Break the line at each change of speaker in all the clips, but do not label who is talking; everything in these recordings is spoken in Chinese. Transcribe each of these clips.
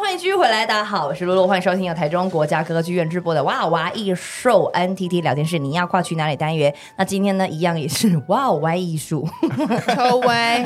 欢迎继续回来，大家好，我是露露，欢迎收听由台中国家歌剧院直播的《哇哇艺术 NTT 聊天室》，你要跨去哪里单元？那今天呢，一样也是哇哇艺术，
抽歪，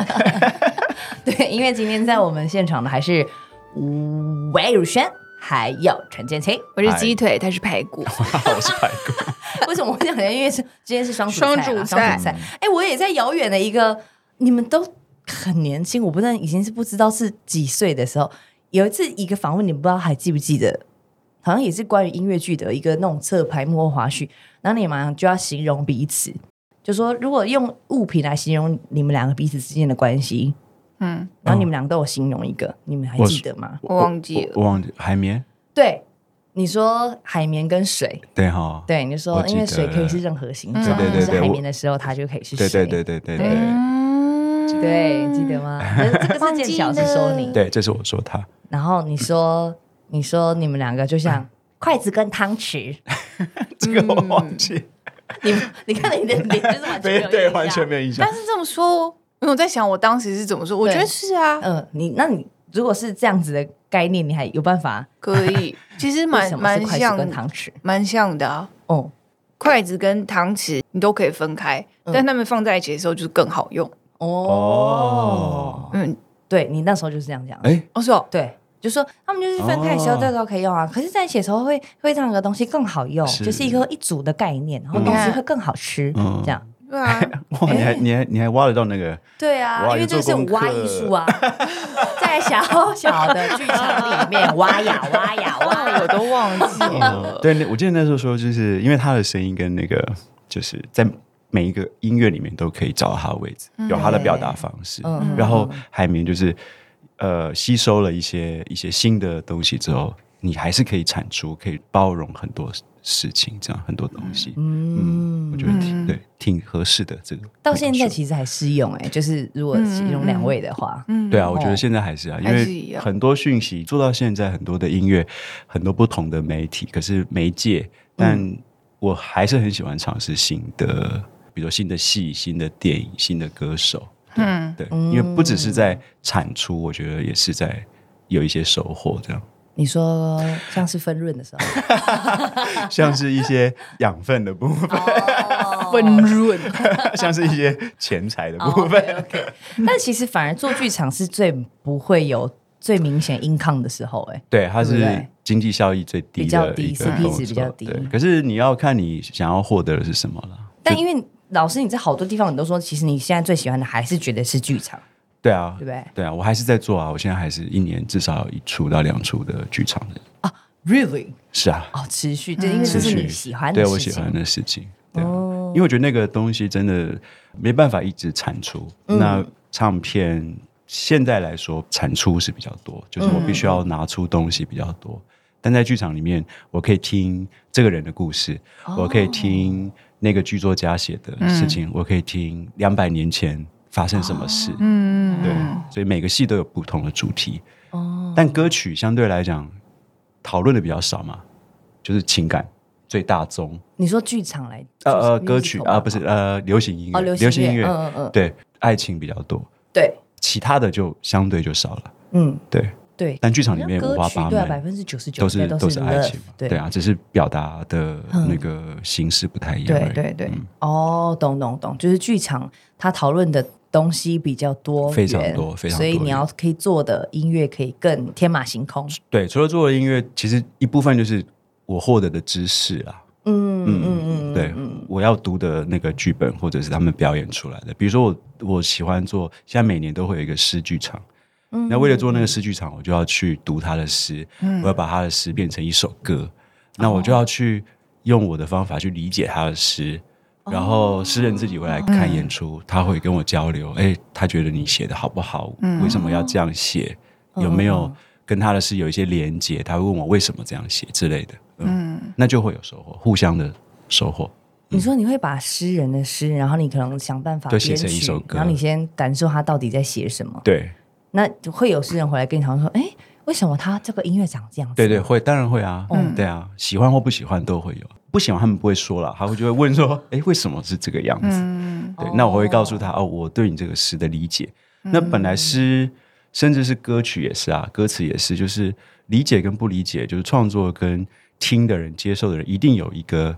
对，因为今天在我们现场的还是吴魏如萱，还有陈建清。
我是鸡腿，他是排骨，
我是排骨，
为什么我会讲？因为是今天是双主
双
菜啦
主
双
菜
主菜。哎，我也在遥远的一个，你们都很年轻，我不知道已经是不知道是几岁的时候，有一次一个访问，你不知道还记不记得？好像也是关于音乐剧的一个那种侧拍幕后花絮，然后你马上就要形容彼此，就说如果用物品来形容你们两个彼此之间的关系，
嗯，
然后你们两个都有形容一个，你们还
我
记
是
得吗？
我忘记了
我我忘记海绵，
对，你说海绵跟水，
对哈，
对，你就
我
说
记
因为水
得
可以是任何形
嗯
状，
对对对
是
对
海
我
绵的时候它就可以是
对
水，
对对对对对
嗯，
对，记得吗？这个是剑小是说你，
对，这是我说他，
然后你说你说你们两个就
嗯
像筷子跟汤匙，
这个我忘记，
你你看你的脸就是完全 没有印
没
象
对，完全没有印象
但。是这么说，因为我在想我当时是怎么说，我
对
觉得是啊，
嗯，你那你如果是这样子的概念，你还有办法？
可以，其实
为
蛮
什么是
蛮
筷子跟
像，
汤匙？
蛮像的啊。
哦，
筷子跟汤匙你都可以分开，
嗯
但它们放在一起的时候就是更好用。
哦
哦，
嗯，哦
对你那时候就是这样讲的，
哎，
我说
对。就说他们就是分开的时候，
哦
这时候可以用啊。可是，在一起的时候会会让个东西更好用，
是
就是一个一组的概念，然后东西会更好吃，
嗯
这样。
对 啊，
哇，你还
哎
你还你还挖得到那个，
对啊，
哇
因为这个是
有做功课
挖艺术 啊，在小小的剧场里面挖呀挖呀 挖，
我都忘记
呃
了。
嗯 对，那我记得那时候说，就是因为他的声音跟那个，就是在每一个音乐里面都可以找到他的位置，有他的表达方式
嗯，
然后海绵就是呃吸收了一些一些新的东西之后，你还是可以产出，可以包容很多事情，这样很多东西，嗯，我觉得挺对，挺合适的这个。
到现在其实还适用哎，就是如果形容两位的话，
嗯，
对啊，我觉得现在还是啊，因
还是一
为
样
很多讯息做到现在，很多的音乐，很多不同的媒体，可是媒介，但我还是很喜欢尝试新的，比如说新的戏、新的电影、新的歌手，
嗯，
对，因为不只是在产出，我觉得也是在有一些收获，这样
你说像是分润的时候，
像是一些养分的部分，
哦
分润，
像是一些钱财的部分，
OK OK，但其实反而做剧场是最不会有最明显 income 的时候哎，
对，
对
它
不
是
对
经济效益最低
比较
的
低
一个
CP
工
值比
作
较低
对可是你要看你想要获得的是什么了。
但因为老师你在好多地方你都说，其实你现在最喜欢的还是觉得是剧场，
对啊，
对不对
对啊，我还是在做啊，我现在还是一年至少有一出到两出的剧场的。
？Really？
是啊，
哦，持续，对，因为这
持
是
续
你喜欢的
对我
事
喜
情哦
欢。的事情。对啊、因为我觉得那个东西真的没办法一直产出。
嗯
那唱片现在来说产出是比较多，就是我必须要拿出东西比较多。但在剧场里面，我可以听这个人的故事，
哦
我可以听那个剧作家写的事情，
嗯
我可以听两百年前发生什么事。
嗯，
对，所以每个戏都有不同的主题。哦，但歌曲相对来讲讨论的比较少嘛，就是情感最大宗。
你说剧场来？
呃
就是
呃，歌曲
musical
啊，
吗
不是呃，流行音乐，
哦，流
行
音
乐，
嗯嗯嗯，
对，爱情比较多，
对，
其他的就相对就少了。
嗯
对，
对。
但剧场里面
歌
五花
曲
八
对啊，
门，
百分之九十九
都是
都
是爱
love，
情嘛，
对嗯
对啊，只是表达的那个形式不太一样而
对
已。
对对，
哦，懂懂懂，就是剧场它讨论的东西比较多元，
非常多非常
所以
多
你
元
要可以做的音乐可以更天马行空。
对，除了做音乐，其实一部分就是我获得的知识啊啦，
嗯嗯嗯，嗯
对，我要读的那个剧本，或者是他们表演出来的。比如说我，我喜欢做，现在每年都会有一个诗剧场。
嗯
那为了做那个诗剧场，我就要去读他的诗，我要把他的诗变成一首歌。那
哦
我就要去用我的方法去理解他的诗，然后诗人自己会来看演出，他会跟我交流，哎，他觉得你写的好不好？为什么要这样写？有没有跟他的诗有一些连接？他会问我为什么这样写之类的。嗯，那就会有收获，互相的收获。
你说你会把诗人的诗，然后你可能想办法
嗯对写
编
成一
曲
首歌
然后你先感受他到底在写什么。
对
那会有诗人回来跟你讨论说，哎，为什么他这个音乐长这样子？
对对，会当然会啊，
嗯
对啊，喜欢或不喜欢都会有。不喜欢他们不会说了，他会就会问说：“哎，为什么是这个样子？”
嗯
对
哦，嗯
那我会告诉他哦，我对你这个诗的理解。那本来诗，甚至是歌曲也是啊，歌词也是，就是理解跟不理解，就是创作跟听的人、接受的人，一定有一个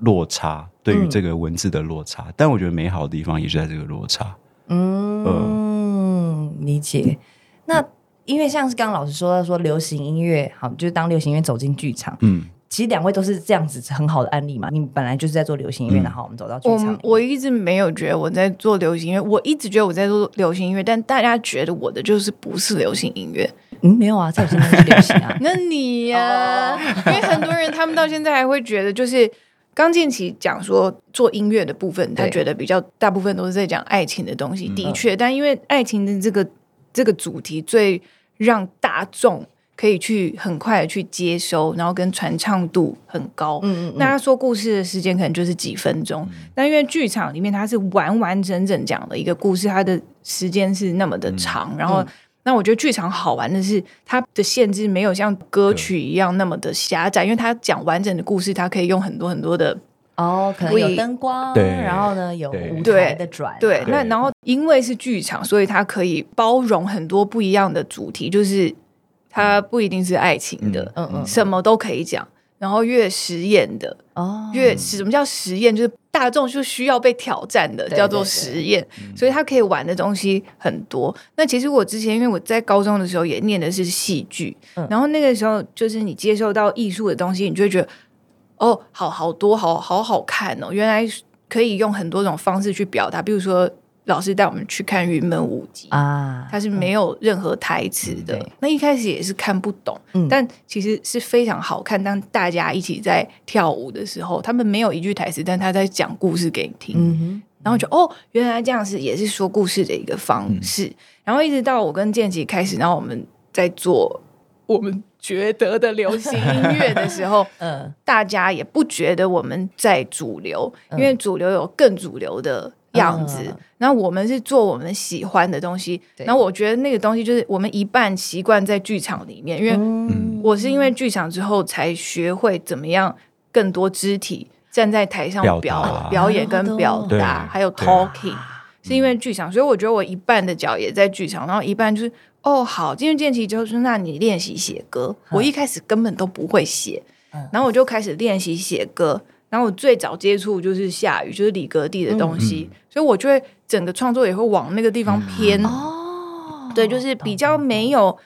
落差，对于
嗯
这个文字的落差。但我觉得美好的地方也是在这个落差。
嗯，理解。那因为像是刚刚老师说到说流行音乐，好，就是当流行音乐走进剧场，
嗯，
其实两位都是这样子很好的案例嘛。你本来就是在做流行
嗯
音乐，然后我们走到剧场
我，我一直没有觉得我在做流行音乐，我一直觉得我在做流行音乐，但大家觉得我的就是不是流行音乐。。
嗯，没有啊，在我身上是流行啊
那你呀、因为很多人他们到现在还会觉得，就是刚建奇讲说做音乐的部分，他
对
觉得比较大部分都是在讲爱情的东西，的确，但因为爱情的这个这个主题最让大众可以去很快的去接收，然后跟传唱度很高，
嗯嗯嗯
那他说故事的时间可能就是几分钟，但因为剧场里面它是完完整整讲了一个故事，它的时间是那么的
嗯
长，然后。那我觉得剧场好玩的是，它的限制没有像歌曲一样那么的狭窄，因为它讲完整的故事，它可以用很多很多的
哦，可能有灯光，
对
然后呢有
对
舞台的转啊，
对。那
对
然后因为是剧场，所以它可以包容很多不一样的主题，就是它不一定是爱情的，
嗯嗯
什么都可以讲，然后越实验的，
哦，
越什么叫实验？就是大众就需要被挑战的，
对
叫做
对对
实验，所以他可以玩的东西很多。那其实我之前因为我在高中的时候也念的是戏剧，
嗯
然后那个时候就是你接受到艺术的东西，你就会觉得哦，好好多，好好好看哦，原来可以用很多种方式去表达，比如说老师带我们去看《云门舞集》
啊，
它是没有任何台词的。
嗯对
那一开始也是看不懂，
嗯
但其实是非常好看。当大家一起在跳舞的时候，他们没有一句台词，但他在讲故事给你听。
嗯
然后就哦，原来这样是也是说故事的一个方式。
嗯
然后一直到我跟建奇开始，然后我们在做我们觉得的流行音乐的时候，
哼，嗯
大家也不觉得我们在主流，因为主流有更主流的样子
嗯。
那、我们是做我们喜欢的东西。
对
然后我觉得那个东西就是我们一半习惯在剧场里面，因为
嗯，
我是因为剧场之后才学会怎么样更多肢体站在台上表
表达
表演跟表
对
达，还有
对啊嗯
talking，是因为剧场，所以我觉得我一半的脚也在剧场，然后一半就是。哦，好，今天建奇就说，那你练习写歌。
嗯
我一开始根本都不会写，然后我就开始练习写歌。然后我最早接触就是下雨，就是李格弟的东西，
嗯
所以我就会整个创作也会往那个地方偏。
哦，
对，就是比较没有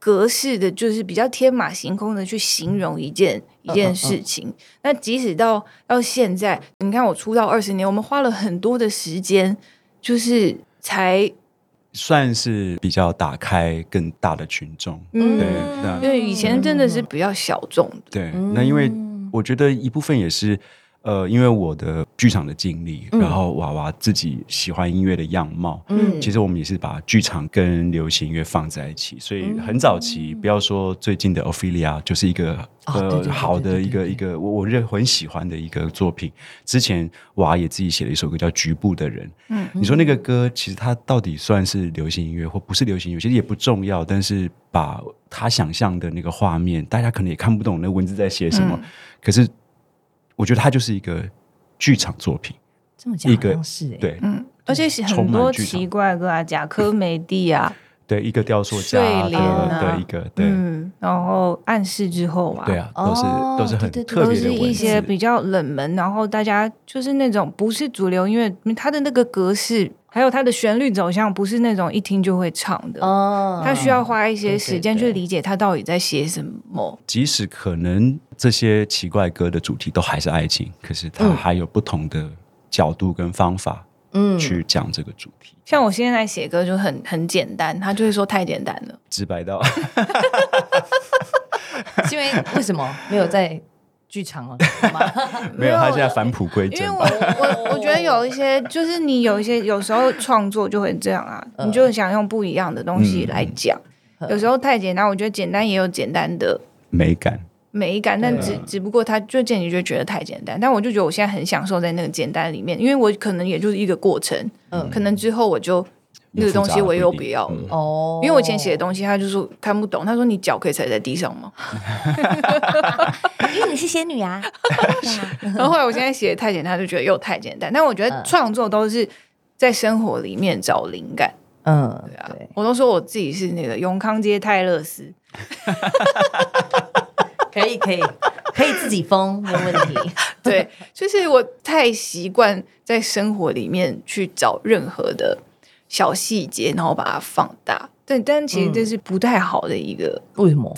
格式的，就是比较天马行空的去形容一件一
嗯
件事情。那即使到到现在，你看我出道二十年，我们花了很多的时间，就是才
算是比较打开更大的群众。
嗯，
对，嗯那
因为以前真的是比较小众的。
对，那因为
嗯
我觉得一部分也是，呃，因为我的剧场的经历，然后娃娃自己喜欢音乐的样貌，
嗯
其实我们也是把剧场跟流行音乐放在一起，所
嗯
以很早期，不要说最近的 Ophelia 就是一个、
哦对对对对
呃好的一
对
个
对
一个我我认很喜欢的一个作品。之前娃也自己写了一首歌叫《局部的人》，
嗯
你说那个歌其实它到底算是流行音乐或不是流行音乐，其实也不重要，但是把他想象的那个画面，大家可能也看不懂那文字在写什
嗯
么，可是我觉得它就是一个剧场作品，
这么讲
一个
好像是欸
对
嗯，而且是很
充满
多
剧场
奇怪的歌啊，贾科梅蒂啊，
对，一个雕塑家
睡
的、
莲啊
的一个对。
嗯，然后暗示之后啊，
对啊，
哦
都是、都是很
对对对
特
都
别的
是
文字，
一些比较冷门，然后大家就是那种不是主流音乐，它的那个格式，还有它的旋律走向，不是那种一听就会唱的。
哦，
他需要花一
对
些
对
时间
对
去理解他到底在写什么。
即使可能这些奇怪歌的主题都还是爱情，可是
嗯
它还有不同的角度跟方法
嗯
去讲这个主题，
像我现在写歌就很很简单，他就会说太简单了。
直白 到
是因为为什么没有在剧场 啊？
没有，他现在返璞归
因为
真
我
吧。
我我觉得有一些就是你有一些有时候创作就会这样啊，
嗯
你就想用不一样的东西来讲。有时候太简单，我觉得简单也有简单的
美感，
美感，但只只不过他就见你就觉得太简单，但我就觉得我现在很享受在那个简单里面，因为我可能也就是一个过程，
嗯
可能之后我就那个东西我又不要了。
嗯
哦，
因为我以前写的东西，他就说看不懂。他说：“你脚可以踩在地上吗
因为你是仙女啊，对啊？”
然后后来我现在写的太简单，他就觉得又太简单。但我觉得创作都是在生活里面找灵感。
嗯，
对啊
对，
我都说我自己是那个永康街泰勒斯，
可以可以可以自己封，没问题。
对，就是我太习惯在生活里面去找任何的小细节，然后把它放大。但但其实这是不太好的一个，
为什么？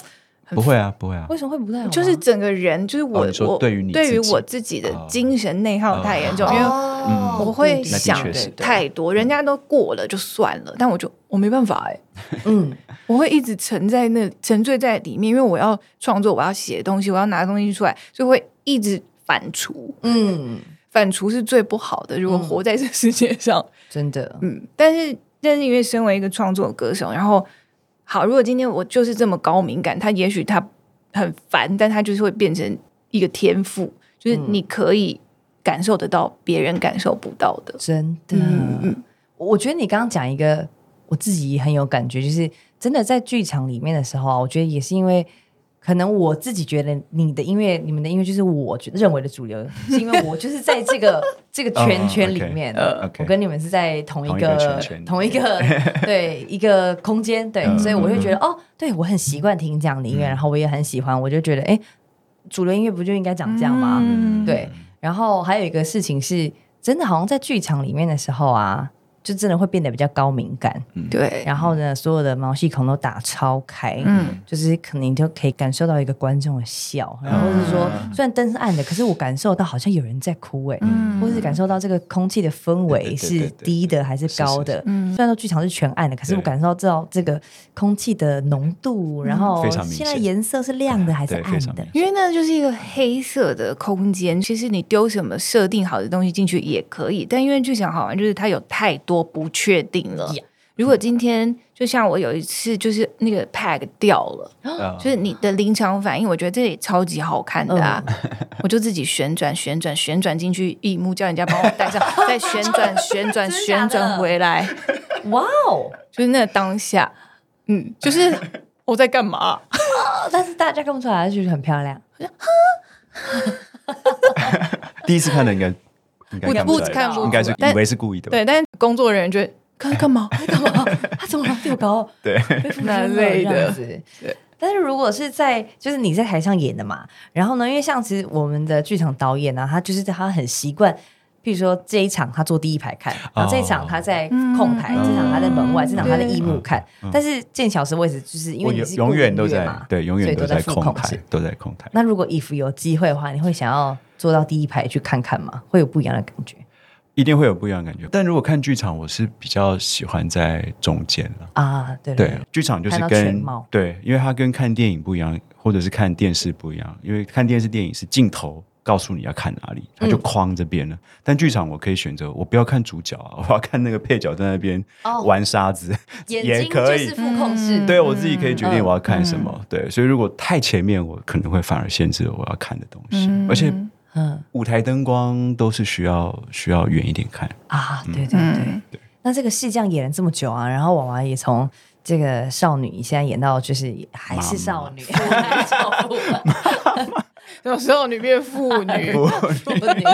不会啊，不 会啊。
为什么会不太好啊？
就是整个人，就是我、
哦你说
我
对于你
对于
自己
我自己的
哦
精神内耗太严重，因为
哦
我会
对对
想
嗯那的确嗯是
太多，人家都过了就算了，但我就我没办法哎、
嗯
我会一直沉在那沉醉在里面，因为我要创作，我要写东西，我要拿东西出来，所以会一直反刍。
嗯，
反刍是最不好的，如果活在这世界上，
真的，
嗯但是但是因为身为一个创作歌手，然后好，如果今天我就是这么高敏感，他也许他很烦，但他就是会变成一个天赋，就是
嗯
你可以感受得到别人感受不到的。嗯
真的。我觉得你刚刚讲一个，我自己也很有感觉，就是真的在剧场里面的时候啊，我觉得也是因为。可能我自己觉得你的音乐、你们的音乐就是我觉认为的主流，是因为我就是在这 个这个圈圈里面，
哦，OK，
我跟你们是在同一
同一
个
个圈圈里
同一个 对一个空间，对，
嗯
所以我会觉得哦，对我很习惯听这样的音乐，然后我也很喜欢，我就觉得哎，主流音乐不就应该长这样吗？
嗯
对，然后还有一个事情是，真的好像在剧场里面的时候啊，就真的会变得比较高敏感，
对，
然后呢，所有的毛细孔都打超开，
嗯，
就是可能你就可以感受到一个观众的笑，
嗯
然后或者说，虽然灯是暗的，可是我感受到好像有人在哭、欸，
嗯
或是感受到这个空气的氛
对
围
对对
是
对对
低的还是高的，虽然说剧场是全暗的，可是我
嗯对
感受到这个空气的浓度，然后
非常明
现在
显
颜色是亮的还是
对
暗
非常
的
明，
因为那就是一个黑色的空间，其实你丢什么设定好的东西进去也可以，但因为剧场好玩就是它有太多不确定了。
Yeah
如果今天就像我有一次就是那个 peg 掉了，
啊
呃
就是你的临场反应，我觉得这也超级好看的啊！
嗯
我就自己旋转、旋转、旋转进去一幕，叫人家帮我 戴上，再旋转、旋转、
真的假的啊
旋转回来，
哇哦！
就是那个当下，嗯，就是我在干嘛？
但是大家看不出来，就是很漂 亮。
第一次看的应 该应该
不
出来
看不
应该是
出来
以为是故意的吧，
对，但是工作人员就会干干嘛？
干嘛？他哦怎么了？掉高？
对，
被附身
那
了
类的
这样子
对
但是如果是在就是你在台上演的嘛，然后呢，因为像其实我们的剧场导演呢、啊，他就是他很习惯。譬如说这一场他坐第一排
哦
看，然后这一场他在控台，
嗯
这场他在门外，
嗯
这场他在一幕
对
看。但是见小时位置就是因
嗯我
为你
永
是
永远
顾
都
音乐
在
嘛，
对，永
所
远
以
都
在
在
副
控
制
台，都在控台。
那如果 if 有机会的话，你会想要坐到第一排去看看吗？会有不一样的感觉
一定会有不一样的感觉。但如果看剧场，我是比较喜欢在中间了。
啊？对
对，剧场就是
看到全
跟
貌
对，因为它跟看电影不一样，或者是看电视不一样。因为看电视、电影是镜头告诉你要看哪里，
嗯
它就框这边了。但剧场我可以选择，我不要看主角啊，我要看那个配角在那边
哦
玩沙子，
眼
也
睛就
可
是
以
副。控制，
对我自己可以决定
嗯
我要看什么，对，所以如果太前面，我可能会反而限制我要看的东西，
嗯
而且
嗯
舞台灯光都是需要需要远一点看，
啊，对对对。
嗯
那这个戏这样演了这么久啊，然后娃娃也从这个少女现在演到就是还是少女，还是少 妇
有时候你变妇女，
妇女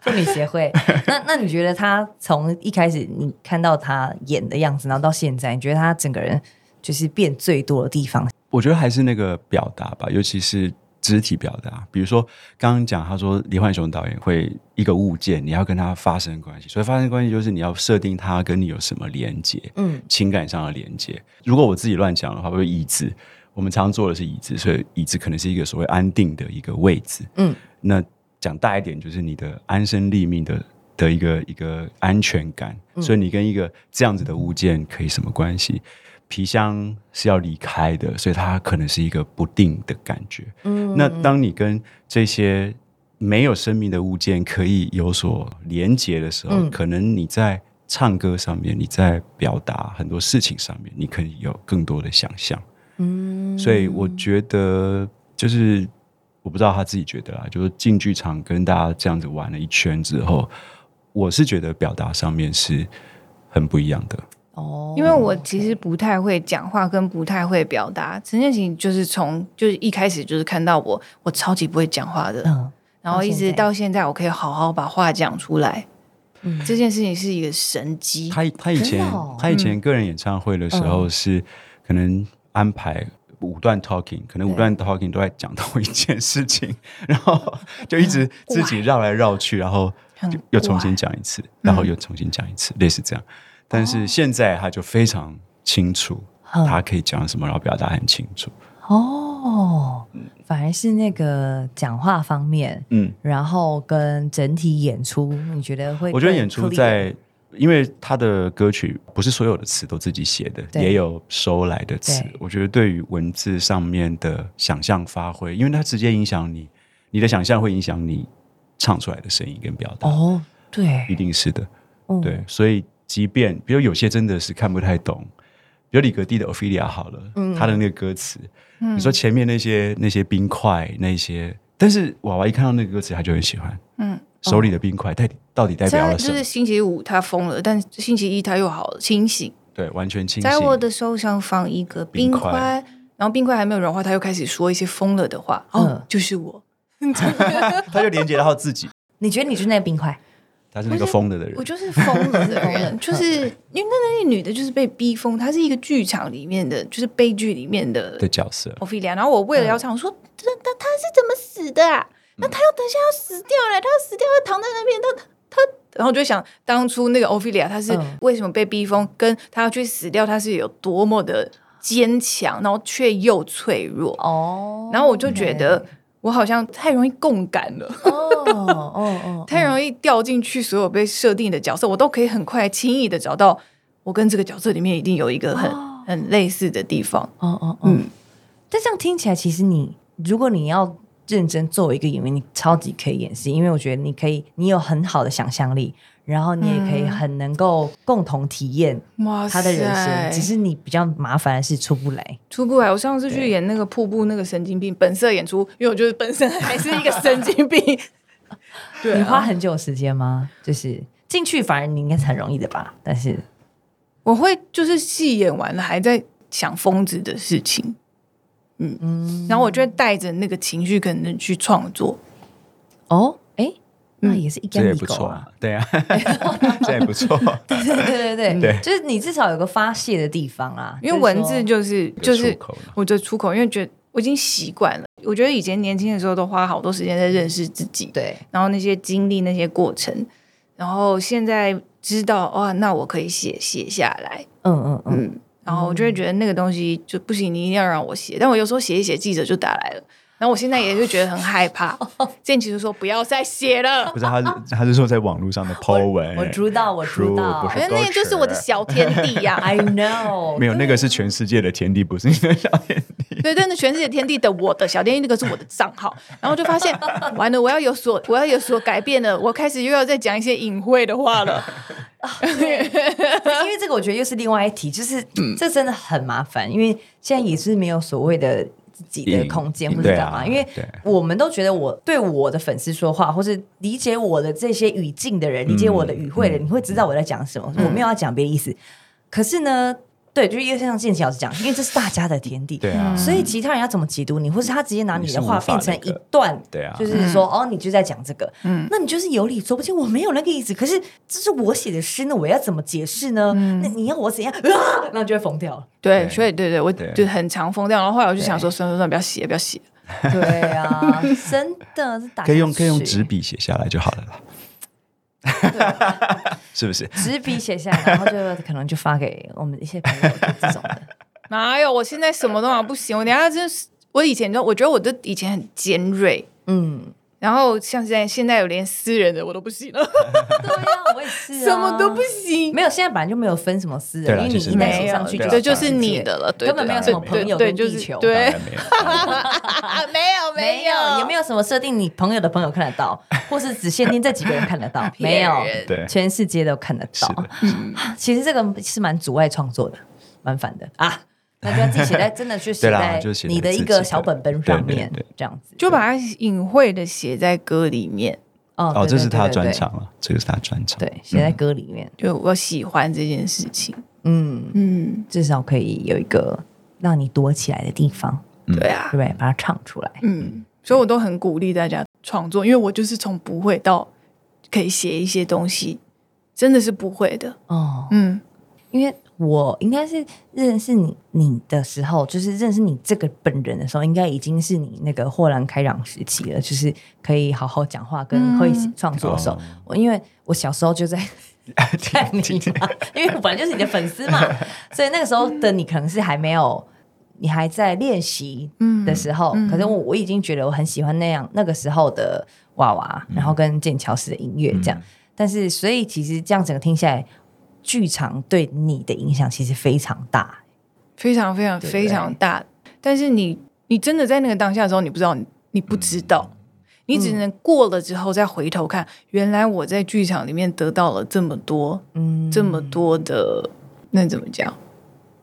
妇女协会。那那你觉得她从一开始你看到她演的样子，然后到现在，你觉得她整个人就是变最多的地方？
我觉得还是那个表达吧，尤其是肢体表达。比如说刚刚讲，他说李焕雄导演会一个物件，你要跟他发生关系，所以发生关系就是你要设定他跟你有什么连接，
嗯
情感上的连接。如果我自己乱讲的话，会椅子，我们常做的是椅子，所以椅子可能是一个所谓安定的一个位置。
嗯，
那讲大一点，就是你的安身立命的的一个一个安全感。
嗯
所以你跟一个这样子的物件可以什么关系？皮箱是要离开的，所以它可能是一个不定的感觉。
嗯
那当你跟这些没有生命的物件可以有所连接的时候，
嗯
可能你在唱歌上面，你在表达很多事情上面，你可以有更多的想象。
嗯
所以我觉得，就是我不知道他自己觉得啦，就是进剧场跟大家这样子玩了一圈之后，我是觉得表达上面是很不一样的。
哦
因为我其实不太会讲话，跟不太会表达。陈建行就是从就是一开始就是看到我，我超级不会讲话的，
嗯
然后一直
到
到现在，我可以好好把话讲出来。
嗯
这件事情是一个神机，
他他以
真
前、
的哦
他以前个人演唱会的时候是可能安排五段 talking，可能五段 talking 都在讲同一件事情， 然后就一直自己绕来绕去，然后
很
就又重新讲一次，然后又重新讲一
嗯
次，类似这样。但是现在他就非常清楚，
哦嗯
他可以讲什么，然后表达很清楚。
哦，反而是那个讲话方面，
嗯，
然后跟整体演出，你觉得会更 clear？
我觉得演出在，因为他的歌曲不是所有的词都自己写的，
对
也有收来的词
对。
我觉得对于文字上面的想象发挥，因为它直接影响你，你的想象会影响你唱出来的声音跟表达，
哦，对
一，定是的。
嗯
对，所以即便比如有些真的是看不太懂，比如李格弟的《Ophelia》好了，
嗯
他的那个歌词，你说前面那些那些冰块那些，但是娃娃一看到那个歌词，他就很喜欢。
嗯，
手
哦
里的冰块代到底代
现
表
在
了什
就
么
是？星期五他疯了，但星期一他又好了，清醒。
对，完全清醒。
在我的手上放一个冰
冰
块
块，
然后冰块还没有融化，他又开始说一些疯了的话。哦
嗯，
就是我，
他就连接到自己，
你觉得你就是那个冰块？
他是那个疯了的
我
人。
就是疯了的人， 就是因为那那女的就是被逼疯，她是一个剧场里面的，就是悲剧里面的
的角色，
欧菲利亚。然后我为了要唱，我说这他他是怎么死的啊？
嗯
那他要等一下要死掉了，他要死掉，他躺在那边，他他。然后我就想，当初那个欧菲利亚，她是
嗯
为什么被逼疯，跟她要去死掉，她是有多么的坚强，然后却又脆弱。
哦
然后我就觉得我好像太容易共感了，
哦哦 哦，
太容易掉进去所有被设定的角色，我都可以很快轻易的找到我跟这个角色里面一定有一个很、
哦
很类似的地方。
哦哦哦。
嗯
但这样听起来，其实你如果你要认真作为一个演员，你超级可以演戏，因为我觉得你可以，你有很好的想象力，然后你也可以很能够共同体验
哇
他的人生。只是你比较麻烦的是出不来。
出不来。我上次去
对
演那个瀑布那个神经病本色演出，因为我觉得本身还是一个神经病。 对、
你花
啊，
很久时间吗？就是进去，反而你应该是很容易的吧？但是
我会就是戏演完了还在想疯子的事情，
嗯，
然后我就会带着那个情绪可能去创作。
哦，哎，那也是一
这
根
也
一
不
狗
错
啊。
啊，对啊，这也不错。
对对对嗯对，
对
就是你至少有个发泄的地方啊，
因为文字
就
就是
一个
就是
出口嘛
我的出口，因为觉得我已经习惯了。我觉得以前年轻的时候都花好多时间在认识自己，
对
然后那些经历那些过程，然后现在知道哇，那我可以写写下来，
嗯嗯嗯，
嗯，然后我就会觉得那个东西就不行，你一定要让我写。但我有时候写一写，记者就打来了。然后我现在也是觉得很害怕，建奇就说不要再写 了
不，是，他是他是说在网络上的 po 文，欸
我知道，我知道
不，是
因为那个就是我的小天地 呀、
I know，
没有那个是全世界的天地，不是你的小天 地。
对，但是全世界天地的我的小天地那个是我的账号，然后就发现完了，我要有所我要有所改变了，我开始又要再讲一些隐晦的话了。
因为这个我觉得又是另外一题，就是、
嗯
这真的很麻烦，因为现在也是没有所谓的自己的空间
嗯
或者干嘛，
对啊
因为
对
我们都觉得我对我的粉丝说话，或是理解我的这些语境的人，
嗯
理解我的语汇的，你会知道我在讲什么，我没有要讲别的意思。可是呢，对，就是又像建奇老师讲，因为这是大家的天地，
对啊，
所以其他人要怎么解读你，或是他直接拿你的话
你是无法那
变
个
成一段，
对啊
就是说、哦，你就在讲这个，
嗯
那你就是有理说不清，我没有那个意思，可是这是我写的诗呢，我要怎么解释呢？那你要我怎样啊？那就会疯掉了。
对，
对
所以对对，我
对
就很常疯掉。然后后来我就想说，算了算了，不要写，不要写。
对啊， 真哎的是打
可以用
下去
可以用纸笔写下来就好了啦， 是不是？
纸笔写下来，然后就可能就发给我们一些朋友就这种的。
哪有？我现在什么都好不行，我等一下就是我以前就我觉得我的以前很尖锐，
嗯，
然后像现在现在有连私人的我都不行了，
对啊，我也是、啊，
什么都不。行。
没有，现在本来就没有分什么私
对
人，
啦
因为你
其
一
实
旦
没
写
有啊
上去
对
就
这
是
就
就是是
你
你
的
的
了，
根本没有什么朋友
对
跟
对
地球，
对
当然没有
啊，没有
没有，也没有什么设定，你朋友的朋友看得 到，或是只限定这几个人看得到，没有，
对
全世界都看得
是
到
的。，
啊 其实这个是蛮阻碍创作的，蛮烦的 啊。那就要自己写在，真的就写
对啦
在
就写在
你的一
自己
个
的
小本本上
对对
面
对，
这样子。
就把它隐晦的写在歌里面。
哦
哦，
对
这
对
是
对
他
对
专嗯
对
场了，这个是他专场。
对，写在歌里面，
就我喜欢这件事情，
嗯，
嗯，
至少可以有一个让你躲起来的地方，
对
对
啊
不，对？把它唱出来。
嗯，所以我都很鼓励大家创作，因为我就是从不会到可以写一些东西，真的是不会的，
哦，
嗯，
因为我应该是认识你你的时候，就是认识你这个本人的时候，应该已经是你那个豁然开朗时期了，就是可以好好讲话跟会
嗯
创作的时候。
哦
我因为我小时候就在看你嘛，因为我本来就是你的粉丝嘛，所以那个时候的你可能是还没有，你还在练习
嗯
的时候，
嗯
可是我我已经觉得我很喜欢那样那个时候的娃娃，然后跟剑桥式的音乐这样。但是，所以其实这样整个听下来，剧场对你的影响其实非常大。
非常非常
对不
非常大。但是你你真的在那个当下的时候，你不知道你你不知道，
嗯
你只能过了之后再回头看，原来我在剧场里面得到了这么多、
嗯，
这么多的那怎么讲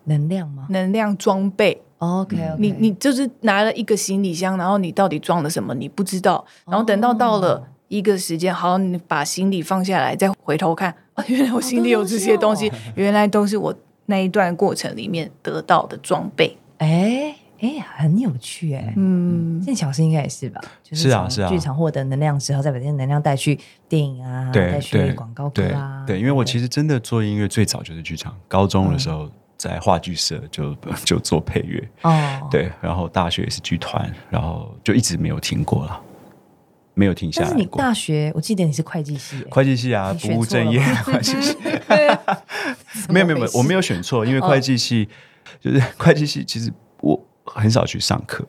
能量吗
能量装备。
？OK，,
你你就是拿了一个行李箱，然后你到底装了什么你不知道，然后等到到了一个时间，好，你把行李放下来，再回头看，啊，原来我行李有这些东西，原来都是我那一段过程里面得到的装备。
哎哎，很有趣哎、
嗯，
剑桥式应该也是吧？就是
是啊
从
是啊
剧场获得能量之后，再把这些能量带去电影啊，
对
带去
对
广告歌
对
啊，
对，因为我其
实
实真的做音乐最早就是剧场，高中
嗯
的时候在话剧社就 就做配乐，
哦，
对，然后大学也是剧团，然后就一直没有停过了，没有停下
但
来
是
过。
你大学，我记得你是会计系、欸，
会计系啊，
你选
不务正业
错了，
会 计系。没有没有没有，我没有选错，因
哦
为会计系、就是 会计系，其实我很少去上课，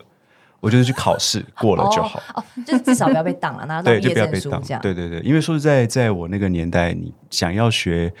我就是去考试过了就好。
哦，哦就是至少不要被挡 了，拿到
对，
毕
就
业
不要
证
被
书
当
这。样。
对对对，因为说实在，在我那个年代，你想要学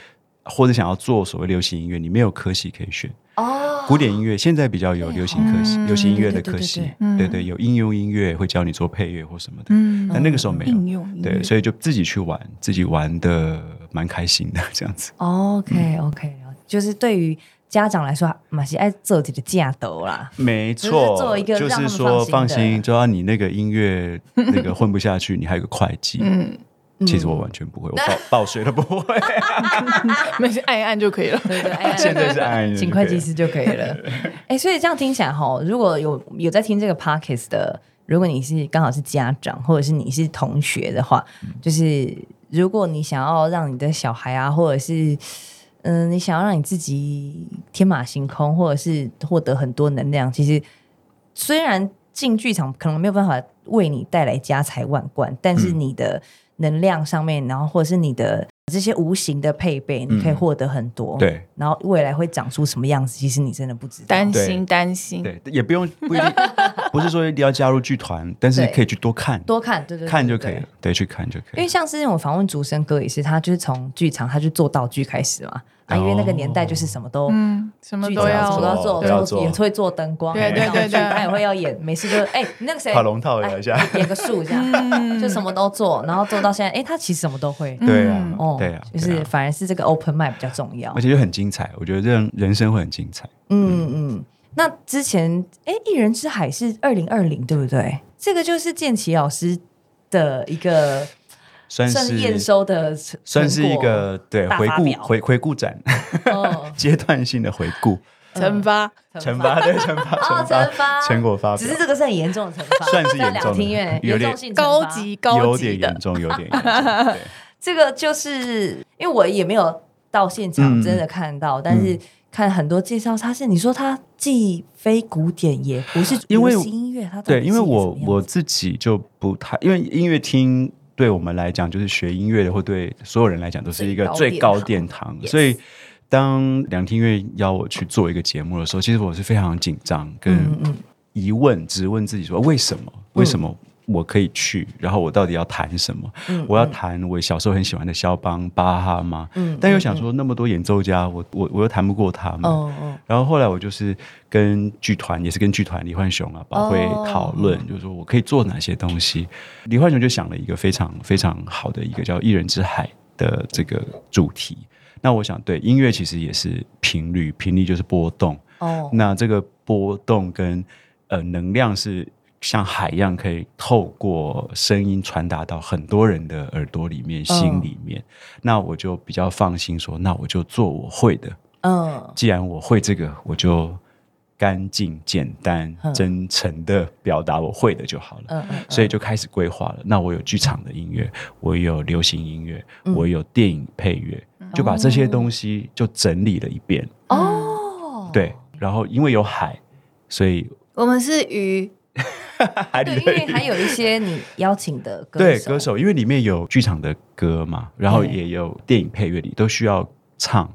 或者想要做所谓流行音乐，你没有科系可以选。
哦，
古典音乐现在比较有流行科系，
嗯
流行音乐
对
的
对
科
对
系，
对
对对，有应用音乐会教你做配乐或什么的。
嗯
但那个时候没有，
应用音乐
对，所以就自己去玩，自己玩的蛮开心的这样子。
OK OK，就是对于家长来说，马西爱做己的架斗 啦。
没
就是
错，
做一个
就
让他们
是
放
说放
心的
心，就要你那个音乐那个混不下去，你还有个会计。
嗯，
其实我完全不会，我 报报税都不会。
没事，按一按就可以了。
对对，哎
现在 是按一按就
请
可以
会计师就可以了。 哎，所以这样听起来哈，如果有有在听这个 podcast 的，如果你是刚好是家长，或者是你是同学的话，就是如果你想要让你的小孩啊，或者是嗯、你想要让你自己天马行空，或者是获得很多能量，其实虽然进剧场可能没有办法为你带来家财万贯，但是
嗯
你的能量上面，然后或者是你的这些无形的配备，你可以获得很多。
嗯对
然后未来会长出什么样子，其实你真的不知道。
担心担心，
对，也不用不一定，不是说一定要加入剧团，但是
对
可以去多看，
多看，对对对
看就可以
对
了。对，去看就可
因
以
为。像之前我访问竹生哥也是，他就是从剧场，他就做道具开始嘛。啊，因为那个年代就是什么都。
嗯，什么
剧
都
场什么
要
都做，
哦都要
做
做
也会做灯光，
对对
然后
对对
他也会要演，没事就哎，你那个谁
跑龙套也要一下
哎 演个树这
嗯
样，就什么都做，然后做到现在，哎，他其实什么都会，
对啊
哦，，
对啊，
就
对
是
啊
反而是这个 open mind 比较重要
而。且就很精彩。我觉得人人生会很精彩。
嗯嗯，那之前哎，《一人之海》是二零二零，对不对？这个就是建奇老师的一个
算
算
是
是验收的成，
算是一个对
大
回
发
顾
表
回回顾展
成果哦
阶段性的回顾
惩罚，
惩罚对惩罚
哦
惩罚
惩罚
成果发表，
只是这个是很严重的惩罚，
算是严重的
在两厅院
有
严
点
重性惩罚
高。级高
有
级
点
的
严，重，有点严重。对
这个就是因为我也没有到现场
嗯
真的看到，但是看很多介绍，它是你说它既非古典也不是
因为
流行音乐，它到底
对，因为
是一个
我
什么样子
我自己就不太，因为音乐厅对我们来讲，就是学音乐的，或对所有人来讲，都是一个
最
最
高
高
殿
殿堂。
Yes
所以，当两厅院邀我去做一个节目的时候，其实我是非常紧张
嗯
跟
嗯
疑问，质问自己说：为什么？为什么我可以去？然后我到底要谈什么？
嗯，
我要谈我小时候很喜欢的肖邦、巴哈吗？
嗯
但又想说那么多演奏家，我我我又谈不过他们。
哦哦
然后后来我就是跟剧团，也是跟剧团李焕雄啊、宝会
哦
讨论，就是说我可以做哪些东西。李焕雄就想了一个非常非常好的一个叫“一人之海”的这个主题。那我想，对音乐其实也是频率，频率就是波动。
哦，
那这个波动跟呃能量是像海一样，可以透过声音传达到很多人的耳朵里面、心里面。那我就比较放心说，那我就做我会的。
嗯
既然我会这个，我就干净、简单
嗯、
真诚的表达我会的就好了。
嗯嗯，
所以就开始规划了。那我有剧场的音乐，我有流行音乐，
嗯
我有电影配乐，就把这些东西就整理了一遍。
哦，，
对，然后因为有海，所以
我们是鱼，
海里
对，
的
因为
鱼
还有一些你邀请的歌
对
手
歌手，因嗯为里面有剧场的歌嘛，然后
对
也有电影配乐里都需要唱。
哦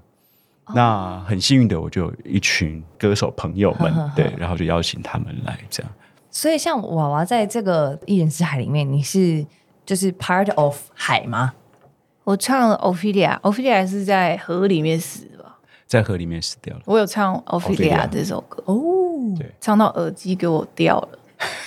那很幸运的，我就有一群歌手朋友 们，
呵呵呵
对，然后就邀请他们来这样。
所以像娃娃在这个艺人之海里面，你是就是 part of 海吗？
我唱了 Ophelia，Ophelia 是在河里面死的吧？
在河里面死掉了。
我有唱
Ophelia
Ophelia 这首歌，
哦，
对
唱到耳机给我掉了，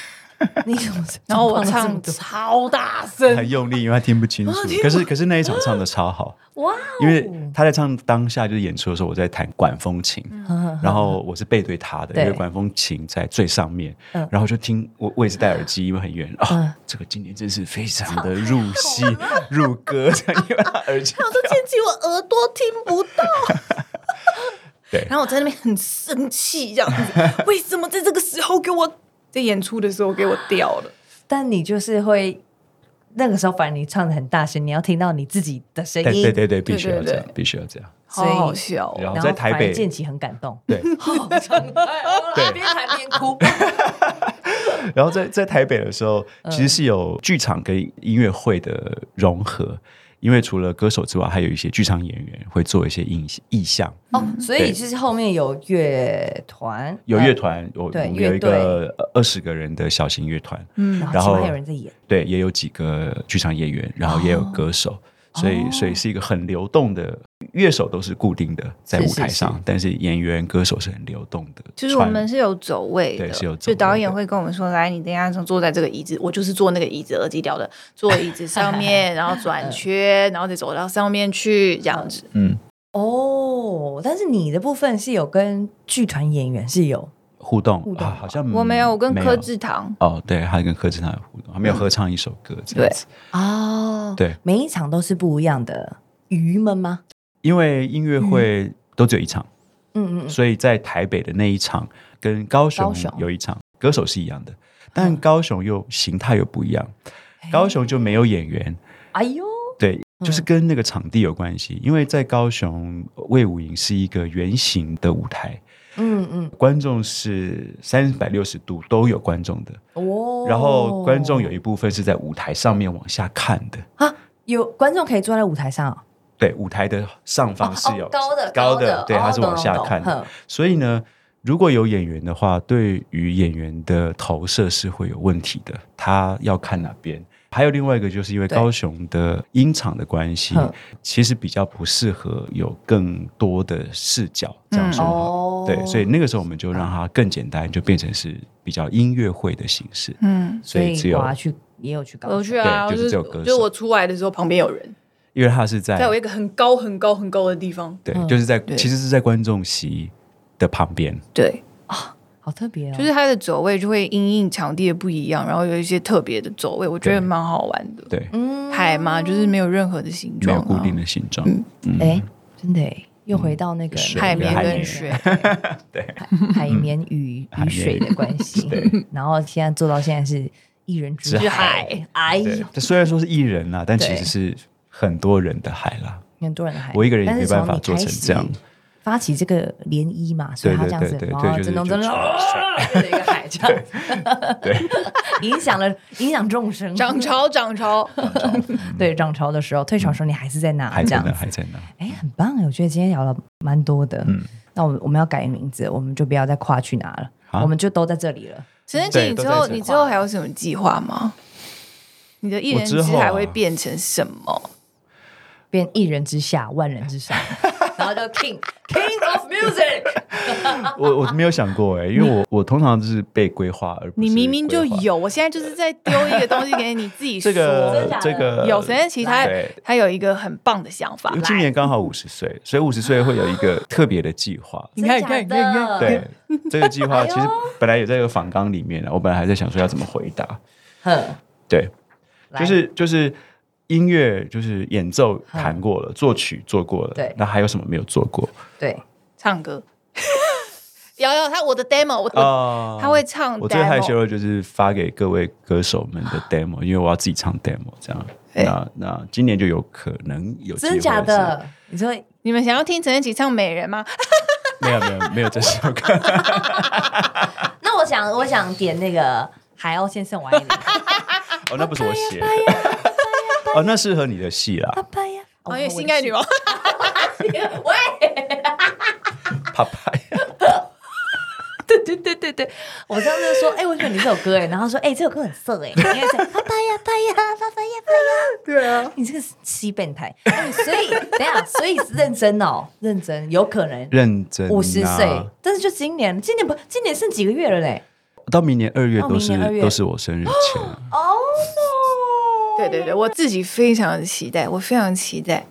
你怎么？
然后我
怎么放
唱
得这么
超大声，
很用力，因为他听 不清楚。可是可是那一场唱的超好，
多哇哦
因为 他在唱当下就是演出的时候，我在弹管风琴，
哦，
然后我是背对他的，
对
因为管风琴在最上面
嗯，
然后就听我我也是戴耳机，因为很远
嗯
啊。这个今天真是非常的入 戏入歌，这样因为他耳机
我说建奇，我耳朵听不到。
对
然后我在那边很生气，这样子，为什么在这个时候给我在演出的时候给我掉了？
但你就是会那个时候，反正你唱的很大声，你要听到你自己的声音。
对对对对，必须
对
要
对
这样
对，
必须要 这样。
所以
好好笑哦！
然后
然后
在台
反而
北，
建奇很感动，
对，
好感动，
对
边弹边哭。
然后在在台北的时候，其实是有剧场跟音乐会的融合，因为除了歌手之外，还有一些剧场演员会做一些意意象，
哦，所以就是后面有乐团，
有乐团，我
嗯对
我们
乐
有一
队
个二十个人的小型乐团，
呃，
嗯
然后
然
起
后
码还有人在演，
对，也有几个剧场演员，然后也有歌手，所以所以是一个很流动的。乐手都是固定的在
是
舞
是
台上，但是演员、歌手是很流动的。
就是我
穿
们是有走位的，
对是有走
就
位的
导演会跟我们说，来，你等一下坐在这个椅子，我就是坐那个椅子，耳机掉 的，坐椅子上面，然后转圈，然后再走到上面去，这样子。
嗯
哦，但是你的部分是有跟剧团演员是有
互动
互动
啊，好像
我没有，我跟
没
柯志堂，
哦，对，还跟柯震南有互动，还没有合唱一首歌这
对
样子。
哦
对，
每一场都是不一样的鱼们吗？
因为音乐会都只有一场，
嗯嗯嗯，
所以在台北的那一场跟高
高
雄
雄
有一场，歌手是一样的，但高雄又形态又不一样。高雄就没有演员，
哎呦，
对，就是
嗯
跟那个场地有关系。因为在高雄魏武营是一个圆形的舞台，
嗯嗯，
观众是三百六十度都有观众的，
哦，
然后观众有一部分是在舞台上面往下看的。
啊，有观众可以坐在舞台上哦，
对，舞台的上方啊是有、
哦高的
高
的，
对，
哦
它是往下看的。，所以呢，如果有演员的话，对于演员的投射是会有问题的，他要看哪边。还有另外一个，就是因为
对
高雄的音场的关系
哼，
其实比较不适合有更多的视角这样
嗯
说
懂懂懂
好。
哦，
对，所以那个时候我们就让它更简单，就变成是比较音乐会的形式。
嗯，
所
所以只有
娃去也有去高雄，
我去啊，
对就是只有
我
歌手
就我出来的时候旁边有人，
因为它是在
在我一个很高很高很高的地方。
对，就是在
对
其实是在观众席的旁边。
对，
好特别哦，
就是它的走位就会因应场地的不一样，然后有一些特别的走位，我觉得蛮好玩的。
对，
嗯
海嘛，就是没有任何的形
没
状、
有
啊，
固定的形状。
哎，真的哎，又回到那个
水
海绵
海
跟
绵
水，
海海绵与
海
与
绵
水的关系，嗯 然后现在做到现在是一人之海
之海，
哎
对
呦，，
这虽然说是艺人啦，但其
对
实是很多人的海啦。
很多人的海，
我一个人也
但是
没办
从
法
你
做
开
成
始
这样
发起这个涟漪嘛，所以
对
他这样
对对
子，
对
然
对
后
就是
震动
就
震动，就是一个海这样子，
对，
影响了影响众生，
涨潮涨 潮，
对涨潮的时候，退潮的时候你还是在那
还
这
在
样
那，
子，
嗯还在那。
哎，很棒哎！我觉得今天聊了蛮多的。嗯，那我们我们要改名字，我们就不要再跨去哪了，
啊
我们就都在这里了。
陈晨琪，
对
你
都
之
在
后
这
你之后还有什么计划吗？你的艺人
我
之
之后啊
海会变成什么？
啊
变一人之下，万人之 上，然后叫 King King of Music。
我我没有想过哎、因为
嗯
我我通常就是被规划，而不是
你明明就
规划
有，我现在就是在丢一个东西给你，自己说。
这
真
个
假的
这个
有陈晨琪他
对
他有一个很棒的想法，
因为今
来，
年刚好五十岁，所以五十岁会有一个特别的计划。
你
真
看你看你看你
假的，
对，这个计
嗯哎
划
呦
其实本来也在一个访纲里面啊，我本来还在想说要怎么回答。
哼，
对，
来
就是就是音乐，就是演奏弹过了，作曲做过了，
嗯对
那还有什么没有做过
对，
唱歌。 有有，他我的 demo，我、我
啊？
他会唱 demo。
啊
我最害羞的就是发给各位歌手们的 demo，因为我要自己唱 demo，这样
对
那那今年就有可能有机
哎真
会
的假
是？
的？你说
你们想要听陈建奇唱《美人》吗？
没有没有没有这首歌，
那我想，我想点那个海鸥先生，我爱 你。哎
哦，那不是我写的，哦，那适合你的戏啦，
拜哎呀，
哦，因为性爱女王，
喂，
啪啪。
对对对对对，我上次说，哎、我喜欢你这首歌，哎，然后说，哎、这首歌很色，哎，你应该是拜呀拜呀拜拜呀拜呀，
对啊，
你这个西变态，哎所以等一下，所以是认真哦，认真，有可能
认真、啊，
五十岁，但是就今年，今年不，今年剩几个月了嘞？
到明年二月
到
都
哦明
是
年2月
都是我生日前啊，
哦、no！
对对对，我自己非常期待，我非常期待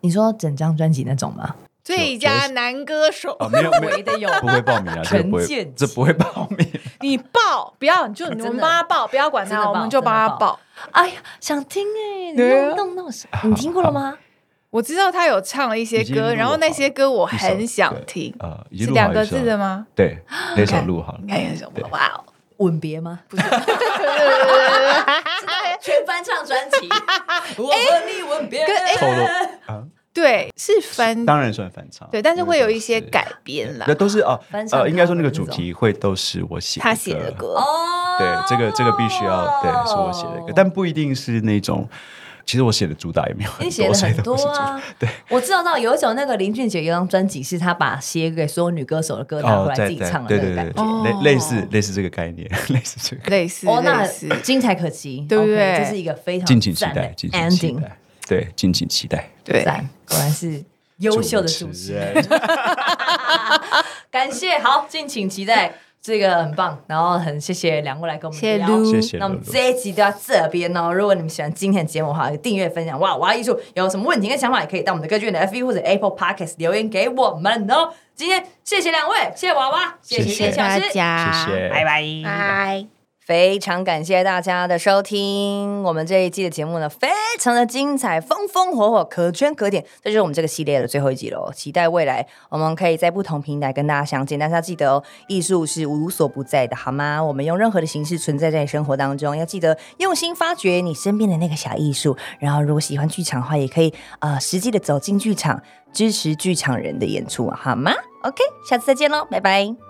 你说整张专辑那种吗？
最佳男歌手，
哦
啊没有没
围
有
的有
不会报名啊，这个不
陈建奇
会这不会报名，
你报不要，你就
的
我们帮他报，不要管
真的
他，
报
我们就帮他
真的
报。
哎呀，想听哎、你
对啊
弄弄弄什你听过了吗？
我知道他有唱了一些
已经录
歌，
好
然后那些歌我
一首
很想
对
听，
呃，已
是
经录好
两个
一首
字的吗？
对，那首录好了
你，看有什
对
么？哇哦！
吻别吗？不是，全翻唱专辑， 哎我和你吻别。
透露啊，
对，是翻
当然算翻唱，
对，但是会有一些
因为
改编啦
这个是，那。都是哦
翻唱
呃，应该说那个
cover
主
这种
题会都是我写
他写的，歌，
哦，
对，这个这个必须要对，是我写的歌，但不一定是那种，其实我写的主打也没有很
你写
多，
的
所以
很多
都不是主打
啊，对，我知道到有一种那个林俊杰有一张专辑，是他把写给所有女歌手的歌拿回
哦，
来
在
自己
在
唱的
对
那
对
个感
对
觉。
觉
对，类类似类似这个概念， 类似这个。
类似
哦，
类
那
似，
精彩可期，
对不
OK，这
对
是一个非常
敬请期
赞的欸
待，敬请期
ending，
待，对，敬请期待。
对，
赞，果然是优秀的主持人。感谢，好，敬请期待，这个很棒，然后很谢谢两位来跟我们
谢谢
聊。
Lu
谢谢
嗯那我们
露露
这一集就到这边哦。如果你们喜欢今天的节目的话，订阅分享哇！哇艺术有什么问题跟想法，也可以到我们的歌剧院的 F B 或者 Apple Podcast 留言给我们哦。今天谢谢两位，谢谢娃娃，谢
谢
谢
谢
小
大
师，
家，
谢谢，
拜拜。
拜。
非常感谢大家的收听，我们这一季的节目呢，非常的精彩，风风火火，可圈可点，这就是我们这个系列的最后一集喽。期待未来我们可以在不同平台跟大家相见，但是要记得哦，艺术是无所不在的，好吗？我们用任何的形式存在在你生活当中，要记得用心发掘你身边的那个小艺术。然后，如果喜欢剧场的话，也可以呃实际的走进剧场，支持剧场人的演出，好吗？OK，下次再见喽，拜拜。